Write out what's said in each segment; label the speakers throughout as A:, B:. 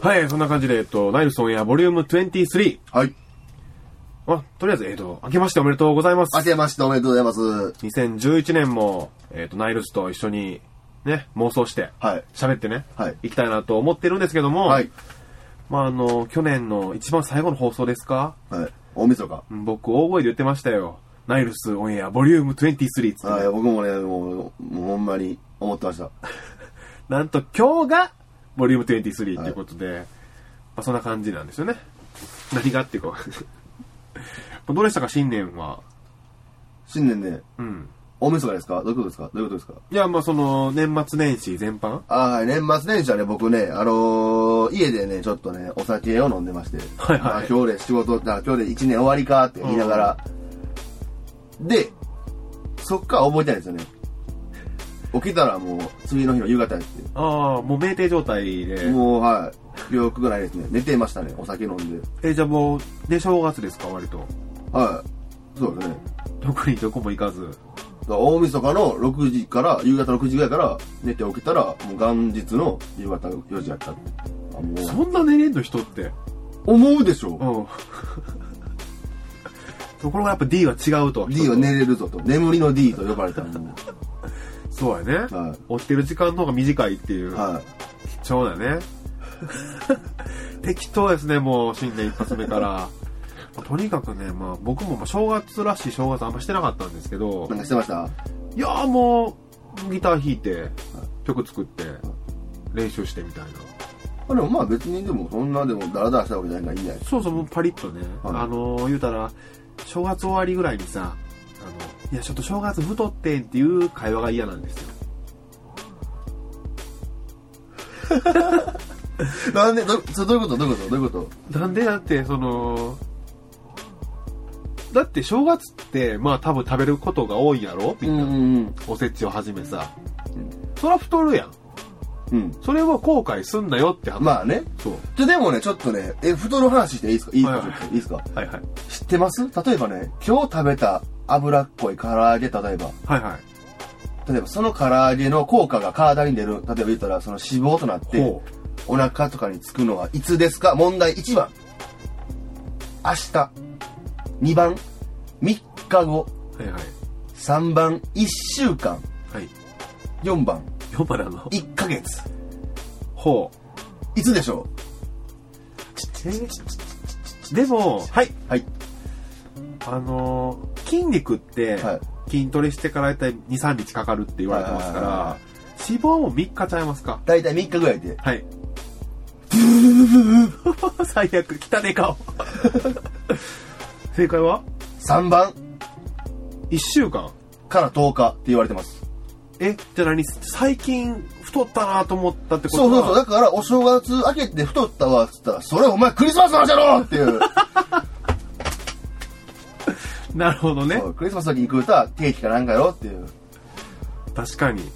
A: はい、そんな感じで、えっと、ナイルソンエアボリューム23。
B: はい。
A: あ、とりあえず、えっと、明けましておめでとうございます
B: 明。けましておめでとうございます。
A: 2011年も、えっと、ナイルスと一緒に、ね、妄想して、
B: はい。
A: 喋ってね、
B: はい
A: 行きたいなと思ってるんですけども、
B: はい。
A: まあ、あの、去年の一番最後の放送ですか
B: はい。大晦日。
A: うん僕、大声で言ってましたよ。ナイルスオンエアボリューム23っつって、
B: はい。僕もね、もう、もうほんまに思ってました。
A: なんと今日がボリューム23っていうことで、まあ、そんな感じなんですよね。何がっていうか。 どうでしたか、新年は。
B: 新年ね、
A: うん。
B: 大晦日ですかどういうことですかどういうことですか
A: いや、まあ、その、年末年始全般
B: あーはい、年末年始はね、僕ね、あのー、家でね、ちょっとね、お酒を飲んでまして、
A: はいはい
B: あ今日で仕事、あ今日で1年終わりかって言いながら、で、そっから覚えてないんですよね。起きたらもう、次の日の夕方ですね
A: ああ、もう酩酊状態で。
B: もう、はい、記憶がないですね。寝てましたね、お酒飲んで。
A: え、じゃあもう、で、正月ですか、割と。
B: はい、そうですね。
A: 特にどこも行かず。
B: だから大晦日の6時から、夕方の6時ぐらいから寝て起きたら、もう元日の夕方4時やったって。あも
A: そんな寝れんの人って。
B: う、思うでしょ
A: うん。 ところがやっぱ D は違うと。
B: D は寝れるぞと。眠りの D と呼ばれたも
A: そうやね
B: う。。は
A: 追ってる時間の方が短いってい
B: い。
A: う。
B: は
A: 貴重だね。 適当ですね、もう、新年一発目 から。とにかくね、まあ僕もまあ正月らしい正月あんましてなかったんですけど
B: い。なん、かしてました
A: いやーもう、ギター弾いて、曲作って、練習してみたいな。
B: でもまあ別にでもそんなでもダラダラしたわけじゃないからいいんじゃないです
A: そうそう、もうパリッとね、
B: はい
A: あのー言うたら、正月終わりぐらいにさ、あの、いや、ちょっと正月太ってんっていう会話が嫌なんですよ。
B: か。なんで、ど、そどういうことどういうことどういうこと
A: なんでだって、その、だって正月って、まあ多分食べることが多いやろみんな、
B: ん。
A: おせちをはじめさ。
B: うん
A: そら太るやん。
B: うん。
A: それは後悔すんなよって話。
B: まあね。
A: そう。
B: じゃでもね、ちょっとね、え、太の話していいですかいいですか、
A: はいはい
B: ちょっといいですか
A: はいはい。
B: 知ってます例えばね、今日食べた脂っこい唐揚げ、例えば。
A: はいはい。
B: 例えばその唐揚げの効果が体に出る。例えば言ったらその脂肪となって、
A: ほ
B: お腹とかにつくのはいつですか問題1番。明日。2番。3日後。
A: う。はいはい。
B: 3番。1週間。
A: はい。
B: 4番。
A: 4番なの。
B: 1ヶ月。
A: ほう。
B: いつでしょ
A: でも、はい。
B: うはい。
A: あのー筋肉って、
B: はい
A: 筋トレしてから大体2、3日かかるって言われてますか
B: はいはいはいは
A: ら、脂肪も3日ちゃいますか
B: だいたい3日ぐらいで。
A: はい。 最悪、汚ね顔。 正解は
B: 3番
A: ?1 週間。
B: から10日って言われてます。
A: え、じゃあ何最近太ったなと思ったってこと
B: そう
A: は
B: そうそう。だから、お正月明けて太ったわ、つったら、それお前クリスマスの話やろっていう。
A: なるほどね
B: そ。うクリスマスの時に食うたケーキかなんかやろっていう。
A: 確かに。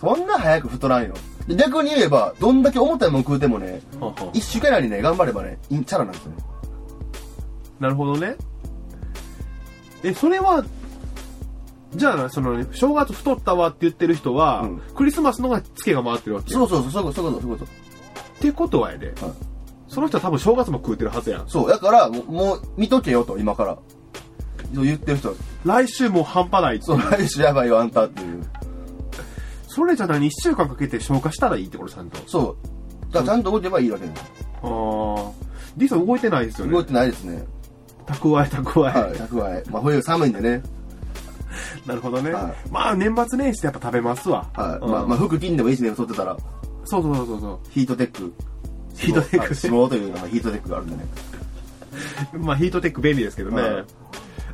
B: そんな早く太らんよ。で逆に言えば、どんだけ重たいもん食うてもね、
A: はは
B: 一週間以内にね、頑張ればね、いいチャラなんですよね。
A: なるほどね。え、それは、じゃあ、その、正月太ったわって言ってる人は、
B: うん
A: クリスマスの方がツケが回ってるわけ。
B: そうそうそう、そういうこと、そういうこと、そういうこ
A: ってことはやで。
B: と。はい
A: その人は多分正月も食うてるはずやん。
B: そう、だから、もう、もう見とけよと、今から。そう言ってる人は、
A: 来週もう半端ないって
B: そう、来週やばいよ、あんたっていう。
A: それじゃ何一週間かけて消化したらいいってことちゃんと。
B: そう。だからちゃんと動いてればいいわけです。
A: ああ。D さん動いてないですよ
B: 動い
A: ね。
B: てないですね。
A: 蓄え蓄え。
B: はい、100倍。まあ、冬寒いんでね。
A: なるほどね。
B: は
A: まあ年末年始ってやっぱ食べますわ。
B: はい。
A: うん
B: まあ、まあ、服金でもいいしね、取ってたら。
A: そうそうそうそうそう。
B: ヒートテック。
A: ヒートテックね
B: 脂肪というのがヒートテックがあるんでね。
A: まあヒートテック便利ですけどね。
B: はい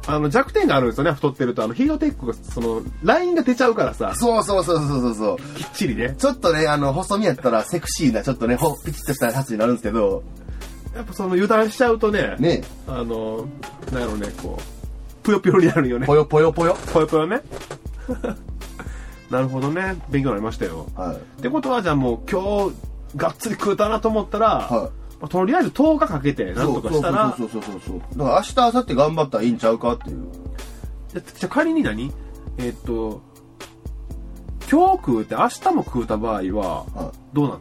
A: あの弱点があるんですよね、太ってると。あのヒートテックが、その、ラインが出ちゃうからさ、
B: そうそうそうそうそうそう。
A: きっちりね。
B: ちょっとね、あの、細身やったらセクシーな、ちょっとね、ほ、ピチッとしたシャツになるんですけど、
A: やっぱその油断しちゃうとね、
B: ね、
A: あの、なんやろうね、こう、ぷよぷよになるよね。
B: ぽよぽよぽよ。
A: ぽよぽよね。 なるほどね。勉強になりましたよ。
B: はい。
A: ってことは、じゃあもう今日、がっつり食うたなと思ったら、
B: はい。
A: まあとりあえず10日かけて、なんとかしたら、
B: そうそうそうそうそうだから明日明後日頑張ったらいいんちゃうかっていう
A: じゃじゃあ仮に何えっと、今日食うて明日も食うた場合は、
B: は
A: どうなんの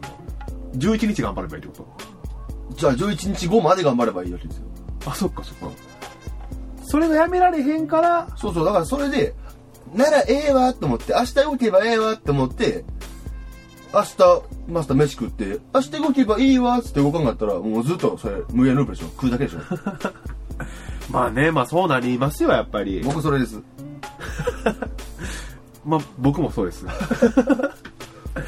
A: ?11 日頑張ればいいってこ
B: じゃあ11日後まで頑張ればいいわけですよ。
A: あ、そっかそっか。それがやめられへんから、
B: そうそう、だからそれで、ならええわと思って、明日動けばええわって思って、明日、マスター飯食って、明日動けばいいわっつって動かんかったら、もうずっとそれ、無理やりループでしょ食うだけでしょ
A: まあね、まあそうなりますよ、やっぱり。
B: 僕それです。
A: まあ僕も そうです。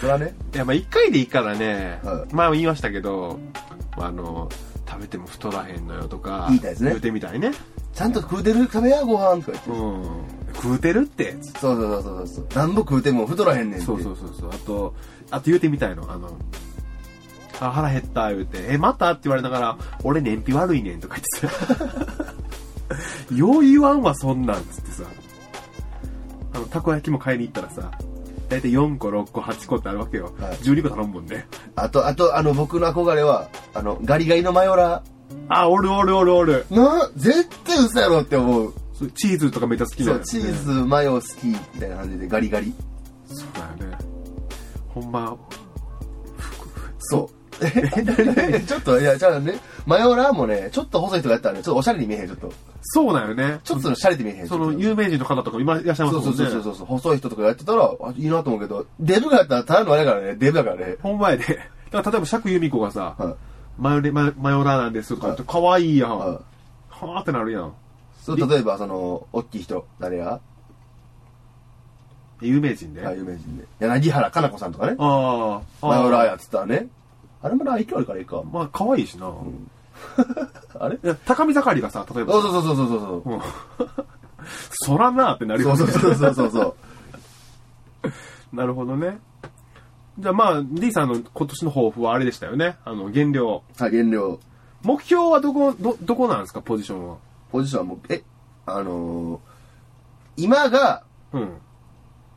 B: それはね、
A: いや、まあ一回でいいからね、
B: はい
A: まあ言いましたけど、まああの、食べても太らへんのよとか、
B: 言いたいですね
A: 言うてみたいね。
B: ちゃんと食うてる食べや、ご飯とか言って。
A: うん。食うてるって。
B: そうそうそうそうそう。なんぼ食うても太らへんねんって。
A: そうそうそうそう。あと、あと言うてみたいの。あの、あ、腹減った、言うて、え、またって言われながら、俺燃費悪いねんとか言ってさ、 よう言わんわ、そんなん、つってさ、あの、たこ焼きも買いに行ったらさ、だいたい4個、6個、8個ってあるわけよ。
B: はい
A: 12個頼むもんね。
B: あと、あと、あの、僕の憧れは、あの、ガリガリのマヨラ
A: あ、おるおるおるおる。
B: ー。な、絶対嘘やろって思う。
A: そうチーズとかめっちゃ好きだ
B: そ
A: よ
B: う、
A: ね。
B: チーズ、マヨ好き、みたいな感じでガリガリ。
A: そうだよね。ほんま、
B: そう。 ちょっと、いや、じゃあね、マヨラーもね、ちょっと細い人がやったらね、ちょっとおしゃれに見えへん、ちょっと。
A: そうだよね。
B: ちょっとのしゃれて見えへん。
A: その
B: ちょっ
A: 有名人の方とか今いらっしゃい
B: と
A: ますも
B: そうんそ
A: ね。
B: うそうそうそう、細い人とかやってたら、あいいなと思うけど、デブがやったらただのあれだからね、デブだからね。
A: ほんまやで。だから例えば釈由美子がさ、
B: はい
A: マヨレマヨマヨラーなんですとか言って、かわいいやん。
B: は
A: はーってなるやん。
B: そう、例えば、その、大きい人、誰や
A: 有名人で。
B: ああ
A: あ
B: 有名人で。柳原加奈子さんとかね。
A: あー。
B: マヨラー
A: や。
B: やってたらね。あれもな、勢いあるからいいか。
A: まあ、かわいいしな。
B: あれ
A: いや高見盛りがさ、例えば。
B: そうそうそうそうそうそう。
A: うんそらなーってなるよ
B: そう
A: ね。
B: そうそうそうそうそ う。
A: なるほどね。じゃあまあ、D さんの今年の抱負はあれでしたよね。あの、減量。
B: さあ、減量。
A: 目標はどこ、ど、どこなんですか、ポジションは。
B: ポジションはもう、え、あのー、今が、
A: うん。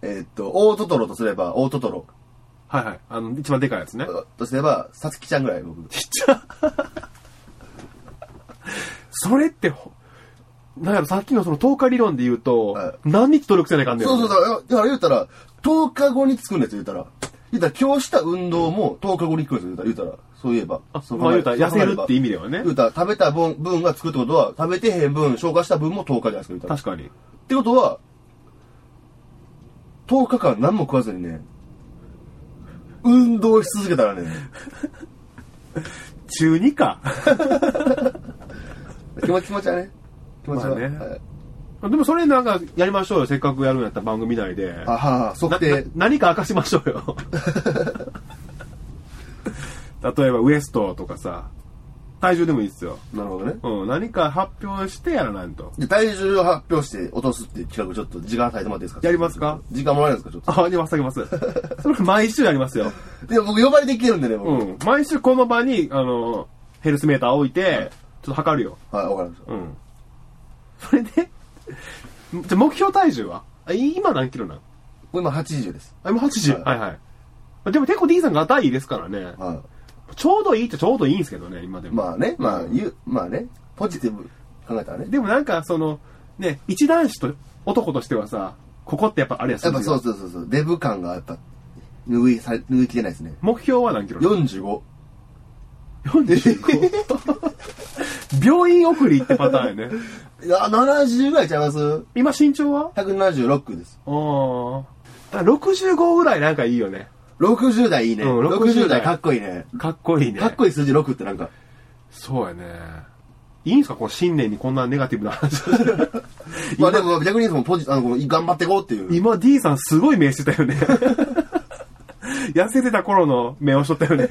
B: えーっと、大トトロとすれば、大トトロ
A: はいはい。あの、一番でかいやつね。
B: とすれば、さつきちゃんぐらい、僕。
A: ちっちゃ。 それってほ、なんやろ、さっきのその10日理論で言うと、
B: は
A: 何日努力せないかんねん。
B: そうそ
A: う。
B: うそう。だから言うたら、10日後に作るんですよ、言うたら。言うたら、今日した運動も10日後に作るんですよ、言うたら。言うたらそういえば。
A: あ
B: そ
A: まあ言うたら
B: そう考えれ
A: 痩せるって意味ではね
B: 言うたら、食べた分分が作るってことは、食べてへん分、消化した分も10日じゃないですか、言うたら。っ
A: 確かに。
B: てことは、10日間何も食わずにね、運動し続けたらね、
A: 中2か。
B: 気持ち気持ちはね、気持ちは、
A: まあね
B: はい
A: でもそれなんかやりましょうよ。せっかくやるんやったら番組内で。
B: あはは、測
A: な
B: 定
A: な。何か明かしましょう よ。例えばウエストとかさ、体重でもいいっすよ。
B: なるほどね。
A: うん、何か発表してやらないと。
B: で、体重を発表して落とすっていう企画、ちょっと時間割いてもらっていいですか
A: やりますか
B: 時間もらえるんですかちょっ
A: あ、あげますあげます。それ毎週やりますよ。
B: と。でも僕呼ばれてきてるんでね、僕。
A: う
B: はい、
A: ん。毎週この場に、あの、ヘルスメーター置いて、ちょっと測るよ。
B: わかりまし
A: うん。それで、じゃ、目標体重はあい今何キロなの
B: た。僕今80です。
A: あ、今80。
B: は
A: はいはい。でも結構 D さんが頭いいですからね。
B: は
A: ちょうどいいってちょうどいいんですけどね、今で
B: い。
A: も。
B: まあね、まあ言う、まあね、ポジティブ考えたらね。
A: でもなんか、その、ね、一男子と男としてはさ、ここってやっぱあれや。
B: やっぱそううそうそうそう、デブ感がやっぱ、拭い、さ拭いきれないですね。
A: 目標は何キロ
B: 45。
A: 45 病院送りってパターンやね。
B: いや、70ぐらいちゃいます
A: 今身長は
B: ?176 です。
A: ああ。65ぐらいなんかいいよね。
B: 60代いいね。
A: うん
B: 60
A: 60
B: 代
A: 代
B: かっこいいね。
A: かっこいいね。
B: かっこいい数字6ってなんか、
A: そうやね。いいんすかこの新年にこんなネガティブな話。
B: まあでも逆にそのポジ、あの、こう頑張っていこうっていう。
A: 今 D さんすごい目してたよ ね。痩せてた頃の目をしとったよね。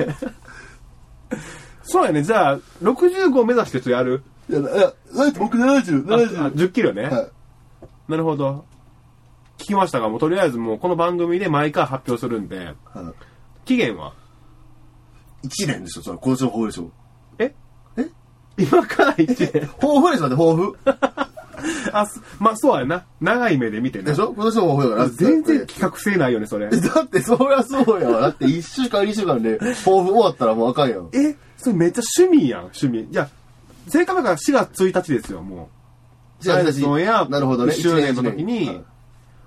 A: そうやね。じゃあ、65目指してちょっとやる。
B: いや、いや、だって僕70、
A: ああ
B: 70。
A: 10キロね。
B: はい
A: なるほど。聞きましたが、もうとりあえずもうこの番組で毎回発表するんで、
B: はい
A: 期限は
B: 一年でしょ、それ、今年の抱負でしょ。
A: え
B: え
A: 今から1年。
B: 抱負でしょ、だって抱負。
A: あ、すまあそうやな。長い目で見てね
B: でし。ょ今年の抱負だから。
A: 全
B: だ
A: 然
B: って
A: 企画性ないよね、それ。
B: だって、そりゃそうやわ。だって、一週間、二週間で、抱負終わったらもうあかんやん。
A: え、それめっちゃ趣味やん、趣味。いや、正確な4月1日ですよ、も
B: じゃあ、
A: あれですよ
B: 私
A: いや
B: なるほどね。
A: 一周年の時に
B: 一年はい、
A: う。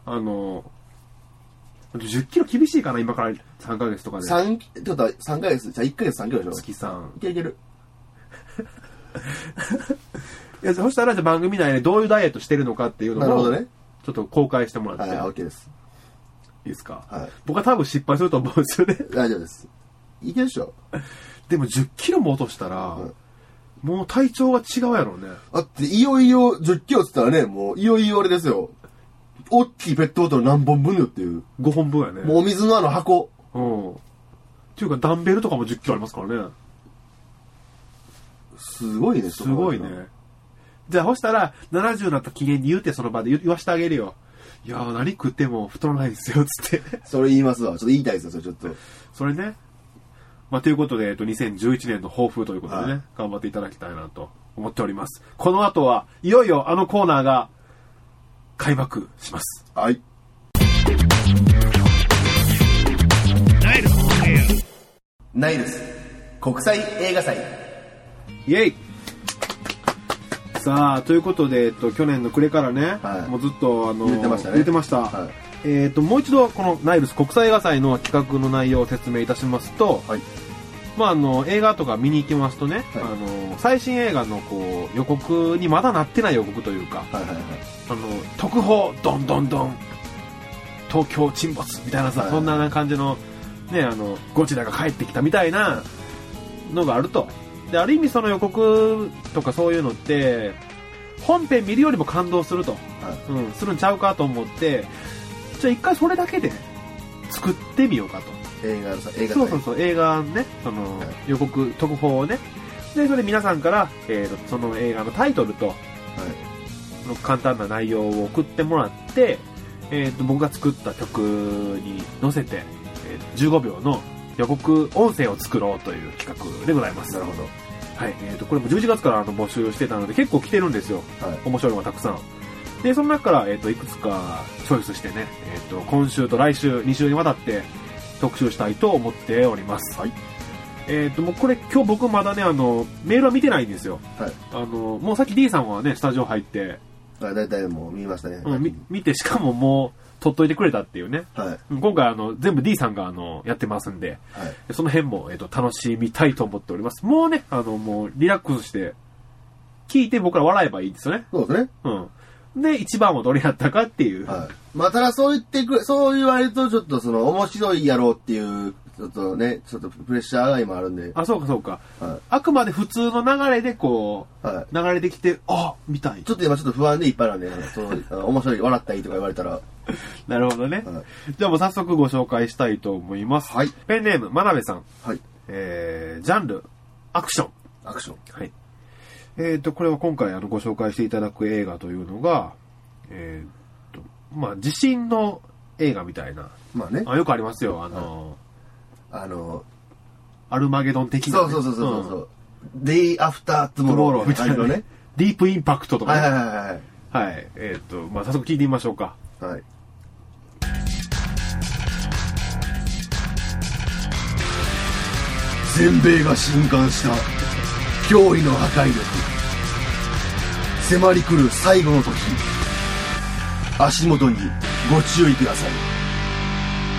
A: あの、あと10キロ厳しいかな、今から3ヶ月とかで。
B: 三、ってことは、三ヶ月、じゃあ、一ヶ月三キロでしょ。
A: 月さん
B: い。けるいける。
A: いやそしたら、じゃあ番組内でどういうダイエットしてるのかっていう
B: なる
A: の
B: ほ
A: を、
B: どね
A: ちょっと公開してもらって、
B: はい、
A: い、
B: OK です。
A: いですか、
B: はい
A: 僕は多分失敗すると思うんですよね。
B: 大丈夫です。いけるでしょ
A: でも10キロも落としたら、もう体調が違うやろうね。
B: だって、いよいよ10キロっつったらね、もう、いよいよあれですよ。大きいペットボトル何本分よっていう。
A: 5本分やね。
B: もうお水のあの箱。
A: うん。っていうか、ダンベルとかも10キロありますからね。
B: すごいね、
A: すごいね。じゃあ、そしたら、70になった機嫌に言うて、その場で言言わしてあげるよ。いやー、何食っても太らないですよ、つ って。
B: それ言いますわ。ちょっと言いたいですよ、それちょっと。
A: それね。まあ、ということで、えっと、2011年の抱負ということでね、
B: はい
A: 頑張っていただきたいなと思っております。この後は、いよいよあのコーナーが、開幕します。
B: はい。ナイルス国際映画祭。
A: イェイさあ、ということで、えっと、去年の暮れからね、
B: はい
A: もうずっと、あの、
B: 言ってましたね
A: 言ってました
B: はい
A: えっと、もう一度、このナイルス国際映画祭の企画の内容を説明いたしますと、
B: はい。
A: まあ、あの映画とか見に行きますとね、
B: はい
A: あの最新映画のこう予告にまだなってない予告というか
B: はいはいはい。
A: あの特報どんどんどん東京沈没みたいなさ、
B: はい
A: そんな感じの,、ね、あのゴジラが帰ってきたみたいなのがあるとである意味その予告とかそういうのって本編見るよりも感動すると、
B: はい
A: うん、するんちゃうかと思ってじゃあ一回それだけで作ってみようかと。
B: 映画のさ、映画祭。
A: そうそうそう、映画ね、その
B: はい
A: 予告、特報をね。で、それ皆さんから、えー、その映画のタイトルと、
B: は
A: その簡単な内容を送ってもらって、えー、と僕が作った曲に載せて、えー15秒の予告音声を作ろうという企画でございま
B: い。
A: す。
B: なるほ
A: ど。
B: ど。
A: はい。えっ、と、これも11月からあの募集してたので、結構来てるんですよ。
B: はい。
A: 面白いのがたくさん。で、その中から、えっ、と、いくつかチョイスしてね、えっ、と、今週と来週、2週にわたって特集したいと思っております。
B: はい。
A: えっ、と、もうこれ今日僕まだね、あの、メールは見てないんですよ。
B: はい。
A: あの、もうさっき D さんはね、スタジオ入って、
B: あ大体もう見ましたね。
A: うん、み見て、しかももう、撮っといてくれたっていうね。
B: はい。はい。
A: うん今回あの、全部 D さんがあの、やってますんで、その辺も、えっ、と、楽しみたいと思っております。もうね、あの、もう、リラックスして、聞いて僕ら笑えばいいんですよね。
B: そうですね。
A: うん。で、一番はどれやったかっていう。
B: はい。まあ、ただそう言ってくれ、そう言われると、ちょっとその、面白いやろうっていう、ちょっとね、ちょっとプレッシャーが今あるんで。
A: あ、そうかそうか。
B: は
A: あくまで普通の流れでこ
B: い。は
A: う、流れてきて、あみたい
B: い。ち。ょっと今ちょっと不安でいっぱいなんで、その、あの面白い、笑ったりとか言われたら、
A: なるほどね。
B: は
A: じゃあもう早速ご紹介したいと思います。
B: はい
A: ペンネーム、真鍋さん。
B: はい。
A: えー、ジャンル、アクション。
B: アクション。
A: はい。えーと、これは今回あのご紹介していただく映画というのが、えーと、まあ、地震の映画みたいな。
B: まあね。
A: あ、よくありますよ。あの、
B: あの、
A: アルマゲドン的な
B: そ
A: ね、
B: うそうそうそうそ
A: ん
B: う。Day after
A: トモロ
B: tomorrow
A: ーみたいな
B: 感じの
A: ね。。ディープインパクトとか
B: は
A: ね
B: いはい
A: は
B: は
A: い。えっ、と、まあ、早速聞いてみましょうか。
B: いはい。はい。全米が震撼した驚異の破壊力迫り来る最後の時足元にご注意ください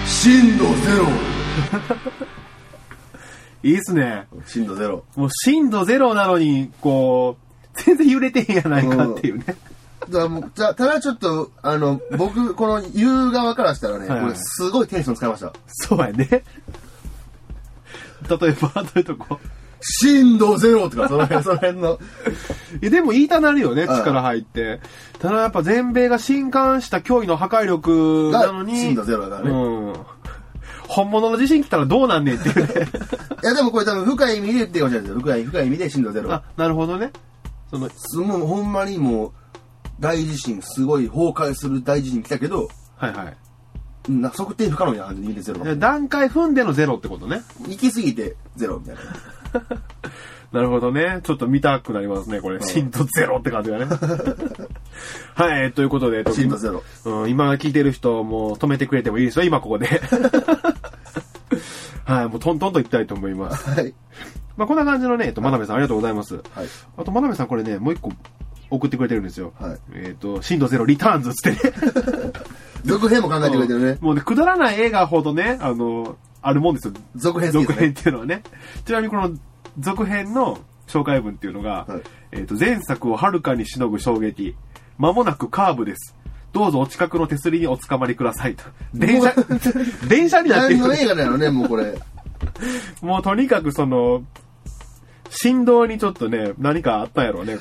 B: 震度ゼ
A: いいっすね。
B: ロ震度ゼロ
A: もう震度ゼロなのに、こう、全然揺れてへんやないかっていうね。
B: だからもうじゃあただちょっと、あの、僕、この言う側からしたらね、
A: はいはい
B: これすごいテンション使いました。
A: そうやね。例えば、どういうとこ。
B: 震度ゼロとか、その辺、その辺 の。
A: いやでも言いたなるよね、
B: はい
A: 力入って。ただやっぱ全米が震撼した脅威の破壊力なのに。
B: が震度ゼロだね
A: うん。 本物の地震来たらどうなんねんっていう ね。
B: いや、でもこれ多分深い意味でって言ってましたよ。深い、深い意味で震度ゼロ
A: あ。、なるほどね。その、
B: すもうほんまにもう、大地震、すごい崩壊する大地震来たけど、
A: はいはい。
B: うんな測定不可能みたいな感じで意味でゼロ。
A: 段階踏んでのゼロってことね。
B: 行き過ぎてゼロみたいな。
A: なるほどね。ちょっと見たくなりますね、これ。震度ゼロって感じ がね。はい、ということで、えっと
B: 震度ゼロ。
A: うん、今聞いてる人も止めてくれてもいいですよ、今ここ で。はい、もうトントンといきたいと思います。
B: はい。
A: まあ、こんな感じのね、えっと、真鍋さんありがとうございます。
B: はい。
A: あと、真鍋さんこれね、もう一個送ってくれてるんですよ。
B: はい
A: えっと、震度ゼロリターンズっつってね。
B: 続編も考えてくれてる ね。
A: もうね、くだらない映画ほどね、あの、あるもんですよ。
B: 続編好き
A: 続
B: ですね
A: 編っ。ていうのはね。ちなみにこの続編の紹介文っていうのが、
B: はい
A: えっ、と、前作をはるかにしのぐ衝撃。間もなくカーブです。どうぞお近くの手すりにおつかまりくださいと。電車
B: も う、
A: 電車になって
B: 何の
A: る。
B: 映画なのね、も うこれ。
A: もうとにかくその、振動にちょっとね、何かあったんやろうね。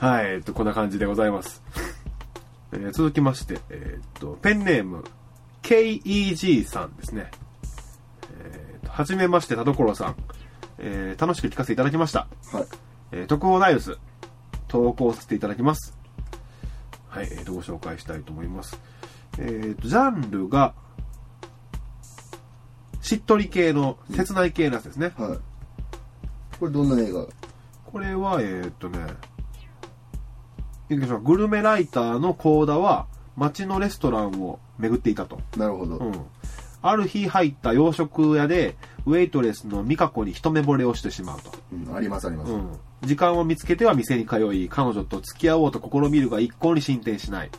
A: はい、えっと、こんな感じでございます。えー続きまして、えーっと、ペンネーム、KEG さんですね。えーっと、はじめまして、田所さん。えー楽しく聞かせていただきました。
B: はい。
A: えー、特報ナイウス、投稿させていただきます。はい、えーと、ご紹介したいと思います。えーと、ジャンルが、しっとり系の、切ない系のやつですね。
B: はい。これどんな映画
A: これは、えーっとね、ゆきさんグルメライターの幸田は、街のレストランを巡っていたと。
B: なるほど。
A: うん。ある日入った洋食屋で、ウェイトレスの美香子に一目惚れをしてしまうと。
B: うんありますあります。
A: うん、時間を見つけては店に通い彼女と付き合おうと試みるが一向に進展しない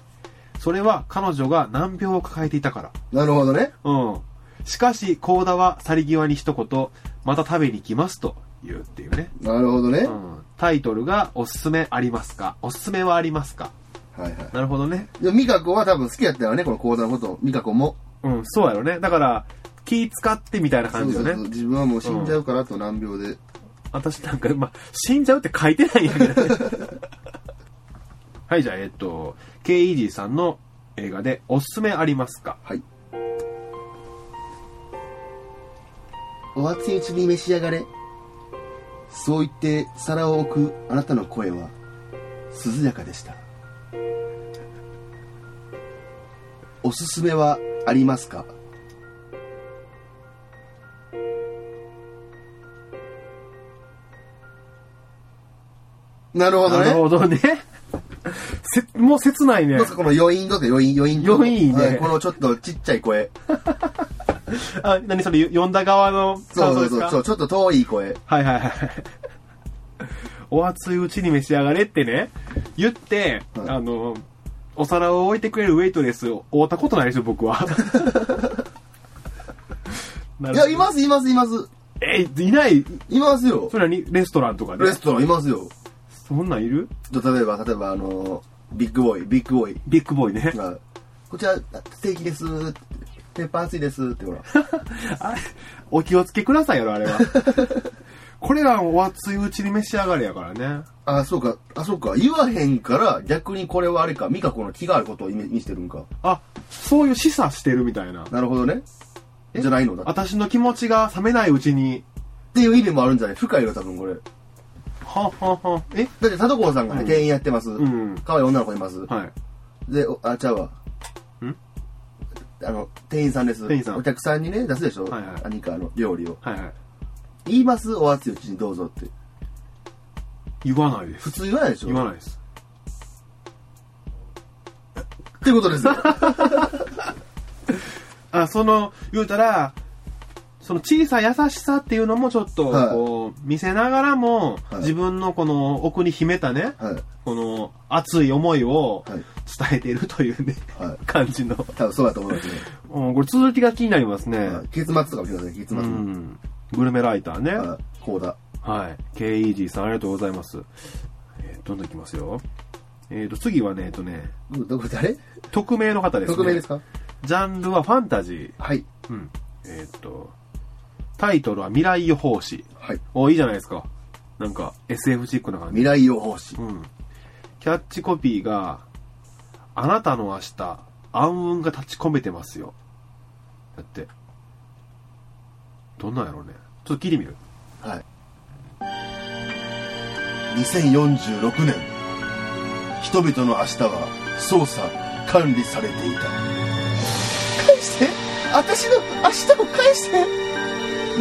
A: それは彼女が難病を抱えていたから、
B: なるほどね。
A: うん、しかし幸田は去り際に一言「また食べに来ます」と言うっていうね、
B: なるほどね。
A: う
B: は
A: ん、タイトルが「おすすめありますか?」「おすすめはありますか?
B: いはい」
A: なるほどね
B: でも。美香子は多分好きやったよね、この講座のこと。美香子も。
A: うんそうやろねだから気使ってみたいな感じよね
B: そうそうそう自分はもう死んじゃうから、あと難病で。
A: 私なんか、まあ、死んじゃうって書いてないんやけどね。はい、じゃあ、えっと、KEG さんの映画でおすすめありますか
B: はい。お熱いうちに召し上がれ。そう言って皿を置くあなたの声は、涼やかでした。おすすめはありますかなるほど
A: な
B: ね
A: る。ほどね。 せもう切ないね
B: どうで。すかこの余韻どうですか余韻、余韻と。
A: 余韻いいね
B: はいこのちょっとちっちゃい声。
A: あ、何それ、よ読んだ側の
B: そ
A: 感想
B: うそ
A: です
B: うそう
A: か
B: そう、ちょっと遠い声。
A: はいはいはい。 お熱いうちに召し上がれってね、言って、
B: はい
A: あの、お皿を置いてくれるウェイトレスを会ったことないですよ、僕 は。ない
B: や、います、います、います。
A: え、いない
B: いますよ
A: そ。れにレストランとかで
B: レストランいますよ。
A: そんなんいる
B: 例えば、例えば、あのー、ビッグボーイ、ビッグボーイ
A: ビッグボーイね。
B: が、こちら、ステーキです。ペッパー熱いです。ってほ ら。
A: あれ、お気をつけくださいよ、あ れは。これらお熱いうちに召し上がれやからね。
B: あ、そうか、あ、そうか。言わへんから、逆にこれはあれか、美香子の気があることを意味意味してるんか。
A: あ、そういう示唆してるみたいな。
B: なるほどね。じゃないのだ。っ
A: 私の気持ちが冷めないうちに、
B: ていう意味もあるんじゃない深いよ、多分これ。
A: はんはんはん。え
B: だって、田所さんがね、店員やってます。
A: ん
B: 可愛い女の子います。
A: はい。
B: で、おあ、ちゃうわ。
A: ん
B: あの、店員さんです。
A: 店員さん
B: お客さんにね、出すでしょ
A: はいはい
B: 何かあの、料理を。
A: はいはい。
B: 言いますお熱いうちにどうぞって。
A: 言わないで
B: 普
A: す。
B: 通言わないでしょ
A: 言わないです。
B: ってこ とですよ。
A: あ、その、言うたら、その小さい優しさっていうのもちょっと、
B: はい
A: こう、見せながらも、
B: はい
A: 自分のこの奥に秘めたね、
B: はい。
A: この熱い思いを
B: はい
A: 伝えているというね、
B: はい
A: 感じの。
B: 多分そうだと思いますね。
A: うん、これ続きが気になりますね。
B: はい結末とか見てください、結末。
A: う
B: は
A: ん。グルメライターね。
B: いこうだ。
A: はい。KEG さんありがとうございます。えーどんどんいきますよ。えっ、と、次はね、えっ、とね、
B: うんどこ誰
A: 匿名の方ですね。
B: 匿名ですか
A: ジャンルはファンタジ
B: はい。
A: ー。うん。えっ、と、タイトルは未来予報士。
B: はい。
A: お、いいじゃないですか。なんか、SF チックな感じ。
B: 未来予報士。
A: うん。キャッチコピーが、あなたの明日、暗雲が立ち込めてますよ。だって。どんなんやろうね。ちょっと聞いてみる。
B: はい。2046年、人々の明日は操作、管理されていた。返して私の明日を返して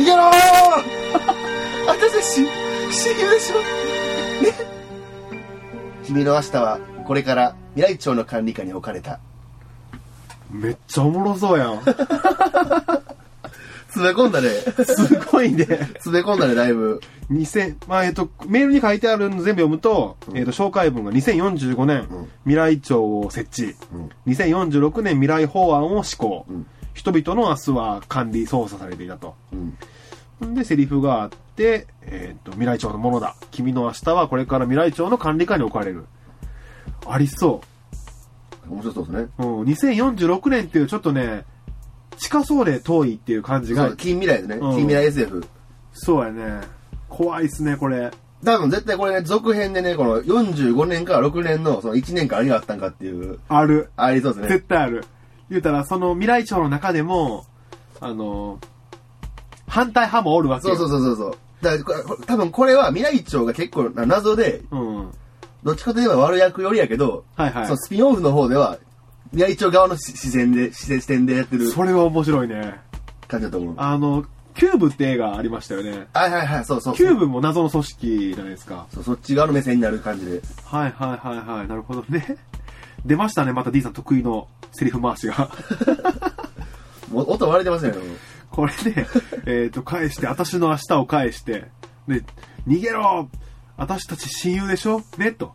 B: 逃げろー 私たち、死ぬでしょね君の明日は、これから未来庁の管理下に置かれた。
A: めっちゃおもろそうやん。
B: 詰め込んだね。
A: すごいね。
B: 詰め込んだね、だいぶ。
A: 2000、まあ、えっと、メールに書いてあるの全部読むと、えっと、紹介文が2045年、
B: うん
A: 未来庁を設置、
B: うん
A: 2046年未来法案を施行、
B: ん
A: 人々の明日は管理、操作されていたと。
B: うん。
A: んで、セリフがあって、えっ、と、未来庁のものだ。君の明日はこれから未来庁の管理下に置かれる。ありそ
B: 面白そうですね。
A: う。うん、2046年っていうちょっとね、近そうで遠いっていう感じ
B: そ
A: が
B: う、近未来でね。
A: うん
B: 近未来 SF。
A: そうやね。怖いっすね、これ。
B: 多分絶対これね、続編でね、この45年から6年のその1年間何があったんかっていう、
A: ある。
B: ありそうですね
A: 絶。対ある。言うたら、その未来庁の中でも、あの、反対派もおるわけ
B: そう
A: よ。
B: そう
A: う
B: そうそうそう。だからこれ、多分これは未来庁が結構な謎で、
A: そう。うん。
B: どっちかといえば悪役よりやけど、
A: はいはい
B: そのスピンオフの方では、未来庁側の視視線で、視線視点でやってる
A: それは面白いね。
B: 感じだと思う。
A: あの、キューブって映画ありましたよね。
B: はいはいはい、そうそう。
A: キューブも謎の組織じゃないですか。
B: そうそっち側の目線になる感じで。
A: はいはいはいはい。なるほどね。 出ましたね、また D さん得意のセリフ回しが。
B: もう音割れてますね。もう
A: これで、えっと、返して、私の明日を返して、で、逃げろ私たち親友でしょねと。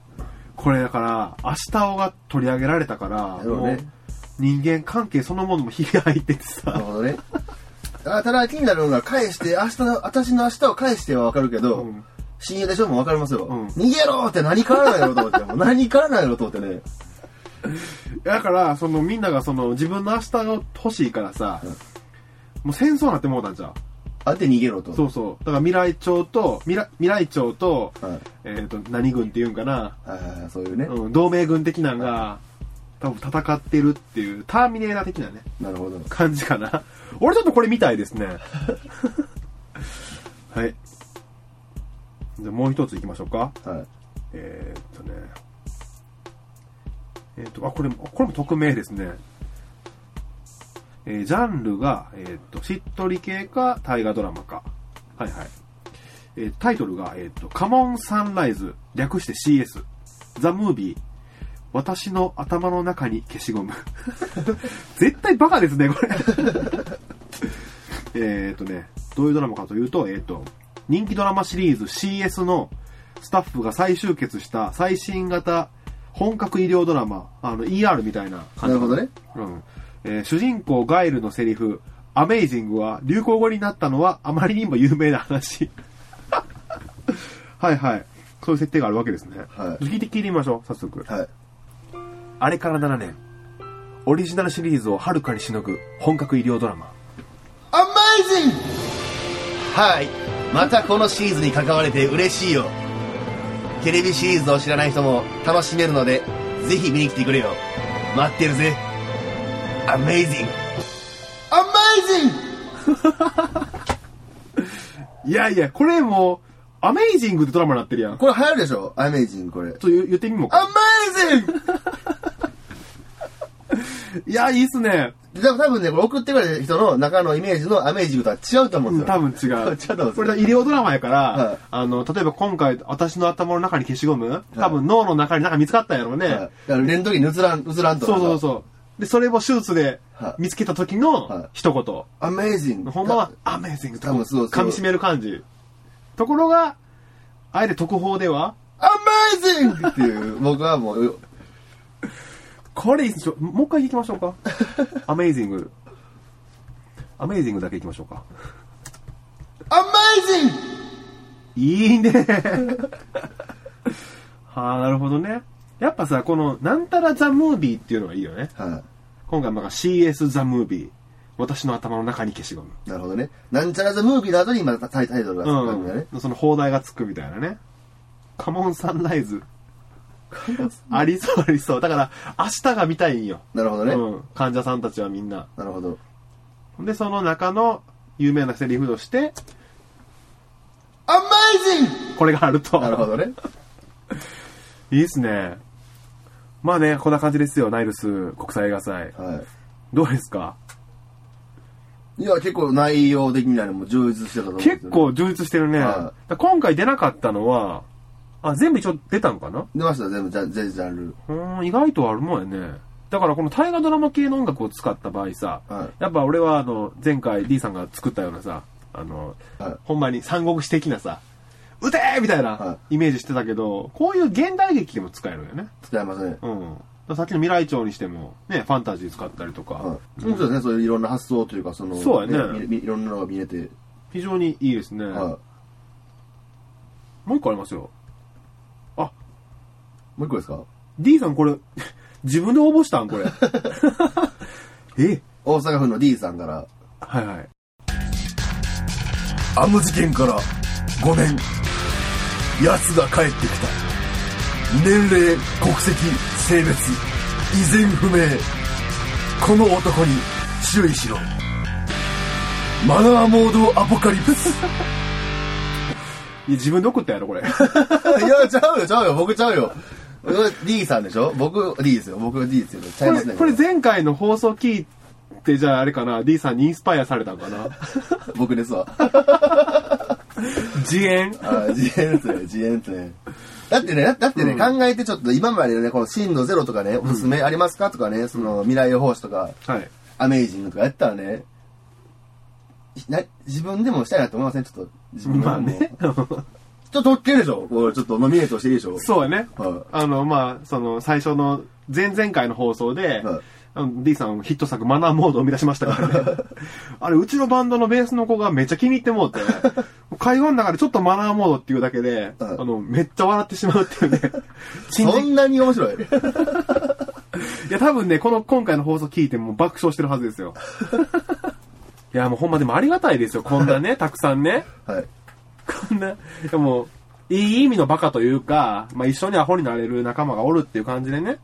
A: これだから、明日をが取り上げられたから、
B: そうね
A: もう人間関係そのものもひげ入ってて
B: な
A: さ、
B: るほどね。あただ気になるのが、返して、明日の、私の明日を返してはわかるけど、
A: うん
B: 親友でしょもうわかりますよ、
A: うん
B: 逃げろって何からないのと思って、もう 何からないのと思ってね。
A: だから、そのみんながその自分の明日が欲しいからさ、もう戦争になってもうたんじゃん。
B: あって逃げろと。
A: そうそう。だから未来庁と、未来未来庁と、
B: はい
A: えっ、と、何軍っていうんかな、
B: ああ、そういうね。
A: うん、同盟軍的なんが、多分戦ってるっていう、ターミネーター的なね、
B: なるほど。
A: 感じかな。 俺ちょっとこれ見たいですね。 はい。じゃあもう一つ行きましょうか。
B: はい。
A: えー、っとね。えーっと、あ、これも、これも匿名ですね。えージャンルが、えーっと、しっとり系か、大河ドラマか。はいはい。えータイトルが、えーっと、カモンサンライズ、略して CS、ザ・ムービー、私の頭の中に消しゴム。 絶対バカですね、これ。 えーっとね、どういうドラマかというと、えーっと、人気ドラマシリーズ CS のスタッフが再集結した最新型本格医療ドラマ、あの ER みたいな感じ
B: なるほどね。
A: うんえー主人公ガイルのセリフ、アメイジングは流行語になったのはあまりにも有名な話。はいはい。そういう設定があるわけですね。
B: はい
A: 聞いて聞いてみましょう、早速。
B: はい。
A: あれから7年、オリジナルシリーズをはるかにしのぐ本格医療ドラマ。
B: アマイジングはい。またこのシリーズに関われて嬉しいよ。テレビシリーズを知らない人も楽しめるので、ぜひ見に来てくれよ。待ってるぜ。アメイジングアメイジン
A: い
B: グ
A: やいや、これもう、アメイジングってドラマになってるやん。ちょ
B: これ流行るでしょアメイジングこれ。
A: っと言言ってみもうか。
B: アメイジング
A: いや、いいっすね。
B: で多分ね、これ送ってくれた人の中のイメージのアメイジングとは違うと思うん
A: う
B: で
A: ん、
B: すよ。
A: 多 分違う。
B: 違うと思
A: こ
B: うん
A: れ
B: で
A: は医療ドラマやから、
B: はい
A: あの、例えば今回、私の頭の中に消しゴム、多分脳の中になんか見つかったんやろうね。
B: すよ。はいだから、連動時にうつらん、うつらんと。
A: そうそうそう。で、それを手術で
B: はい
A: 見つけた時
B: はい
A: の一言。
B: アメイジング。
A: ほんまは、アメージングと
B: 多分そうそ
A: 噛
B: う
A: み締める感じ。ところが、あえて特報では、
B: アメイジングっていう、僕はもう、
A: これいいっしょ、もう一回行きましょう か。アメイジング。アメイジングだけ行きましょうか。
B: アメイジング
A: いい ね。はあ、なるほどね。やっぱさ、この、なんたらザ・ムービーっていうのがいいよね。
B: は
A: 今回、まあ CS ザ・ムービー。私の頭の中に消しゴム。
B: い。なるほどね。なんちゃらザムービーの後に今タイタイトルがつくんだね。
A: うん。その放題がつくみたいなね。カモンサンライズ。ありそうありそう。だから、明日が見たいんよ。
B: なるほどね。
A: うん。患者さんたちはみんな。
B: なるほど。
A: で、その中の有名なセリフとして、
B: アメイジング
A: これがあると。
B: なるほどね。
A: いいですね。まあね、こんな感じですよ、ナイルス国際映画祭。
B: は
A: どうですか
B: い。いや、結構内容的にはねもう充実してたと思うんですよね
A: 結。構充実してるね。
B: はい
A: だから今回出なかったのは、あ、全部一応出たんかな
B: 出ました、全部、じゃ全ジャンル。
A: うーん、意外とあるもんやね。だからこの大河ドラマ系の音楽を使った場合さ、
B: は
A: やっぱ俺はあの、前回 D さんが作ったようなさ、あの、
B: はい
A: ほんまに三国志的なさ、撃てーみたいな
B: は
A: イメージしてたけど、こういう現代劇でも使えるよね。
B: 使いますね。
A: うん。だからさっきの未来帳にしても、ね、ファンタジー使ったりとか、
B: はい。そうですね、そういういろんな発想というか、その、
A: そうやね
B: みみいろんなのが見えて。
A: 非常にいいですね。
B: は
A: もう一個ありますよ。あ、
B: い。もう一個ですか
A: D さんこれ、 自分で応募したん これ。え
B: 大阪府の D さんから。
A: はいはい。
B: あの事件から5年。奴が帰ってきた。年齢、国籍、性別、依然不明。この男に注意しろ。マナーモードアポカリプ ス。
A: いや自分で送ったやろ、これ。
B: いや、ちゃうよ、ちゃうよ、僕ちゃうよ。D さんでしょ僕 D ですよ。僕 D ですよ。ちゃい
A: こ
B: ま
A: れ
B: すね。
A: これ前回の放送聞いて、じゃああれかな、D さんにインスパイアされたんか な。
B: 僕ですわ。
A: 自演
B: あ自演ですね、自演ですね。だってね、だだってね、考えてちょっと今までのね、この震度ゼロとかね、おすすめありますかとかね、その未来予報士とか、
A: はい。
B: アメイジングとかやったらね、な自分でもしたいなと思いませんちょっと、自分でも。
A: まあね。
B: ちょっと OK でしょこれちょっとノミネートしていいでしょ
A: そうやね
B: はい。
A: あの、まあ、その、最初の、前々回の放送で
B: はい、
A: あの D さんヒット作マナーモードを生み出しましたから ね。あれ、うちのバンドのベースの子がめっちゃ気に入ってもうて、会話の中でちょっとマナーモードっていうだけで、あ
B: はい
A: の、めっちゃ笑ってしまうっていうね。信
B: そ
A: じ
B: んなに面白い。
A: いや、多分ね、この今回の放送聞いても爆笑してるはずです よ。いや、もうほんまでもありがたいですよ。こん なね、たくさんね。
B: はい。
A: こんな、でも、いい意味のバカというか、まあ、一緒にアホになれる仲間がおるっていう感じでね。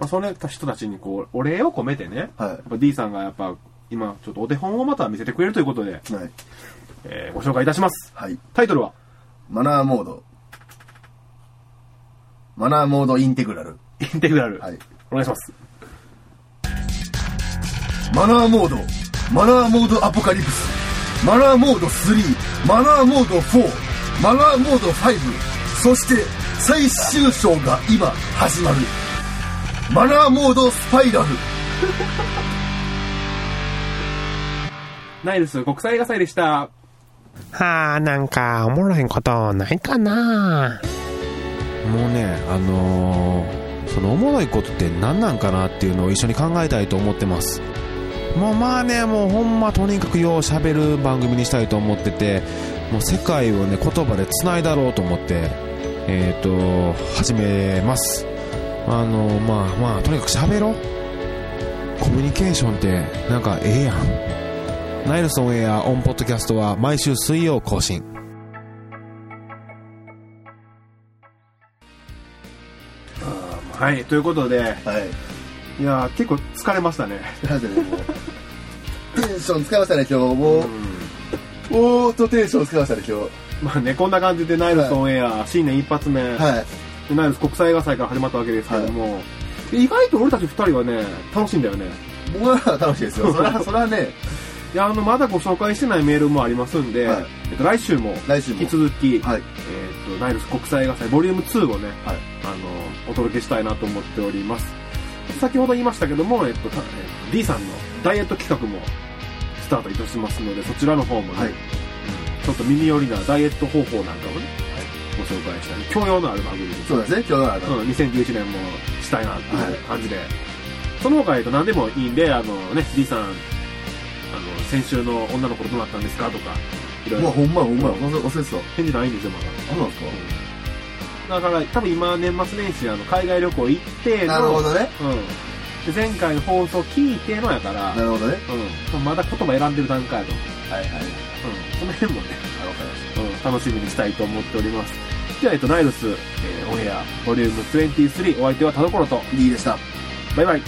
A: まあ、その人たちにこう、お礼を込めてね。
B: はい
A: やっぱ D さんがやっぱ、今、ちょっとお手本をまた見せてくれるということで、
B: はい。
A: えーご紹介いたします。
B: はい。
A: タイトルは、
B: マナーモード。マナーモードインテグラル。
A: インテグラル。
B: はい
A: お願いします。
B: マナーモード、マナーモードアポカリプス、マナーモード3、マナーモード4、マナーモード5、そして最終章が今始まる。マナーモードスパイラル。
A: ナイルス国際映画祭でした。
C: あー、なんか、おもろいことないかな
D: もうね、あのーそのおもろいことって何なんかなっていうのを一緒に考えたいと思ってます。もうまあね、もうほんまとにかくよう喋る番組にしたいと思ってて、もう世界をね、言葉で繋いだろうと思って、えっ、と、始めます。あのーまあまあ、とにかく喋ろう。コミュニケーションってなんかええやん。ナイルソンエアオンポッドキャストは毎週水曜更新。
A: はい、ということで、
B: はい。
A: いやー、結構疲れましたね。
B: なんでね、もう。テンション使いましたね、今日。もう、おーっとテンション使いましたね、今日。
A: まあね、こんな感じでナイルスオンエア、新年一発目、
B: はい。
A: でナイルス国際映画祭から始まったわけですけども、意外と俺たち二人はね、楽しいんだよね。
B: 僕らは楽しい ですよ。それは、それはね、
A: いや、あの、まだご紹介してないメールもありますんで、
B: はい
A: えっと、来週も、
B: 来週も
A: 引き続き、
B: はい。
A: えっと、ナイルス国際映画祭ボリューム2をね、
B: はい
A: あの、お届けしたいなと思っております。先ほど言いましたけども、えっと、たえっと D さんのダイエット企画もスタートいたしますので、そちらの方もね、
B: はい。
A: ちょっと耳寄りなダイエット方法なんかをね、ご紹介したり、教養のある番組です
B: そうですね、今日はあ
A: う
B: の、
A: ん、2011年もしたいなって
B: はい
A: いう感じで、その他、えっと、何でもいいんで、あのね、D さん、あの、先週の女の子どうなったんですかとか、いろいう
B: わ、
A: ろ
B: ほんまやほんまや、忘れ忘れてた。
A: 返事ないんですよ、ま
B: そうなんですか
A: だ。だから、多分今、年末年始、あの、海外旅行行っての、
B: なるほどね。
A: うん。で前回の放送聞いてのやから、
B: なるほどね。
A: うん。まだ言葉選んでる段階やと思
B: はい
A: う。う
B: はい。
A: ん。その辺もね、
B: あわかりました。
A: うん、楽しみにしたいと思っております。では、えっと、ナイルス、えー、オンエア、ボリューム23、お相手は田所と、
B: D でした。
A: バイバイ。
B: はい。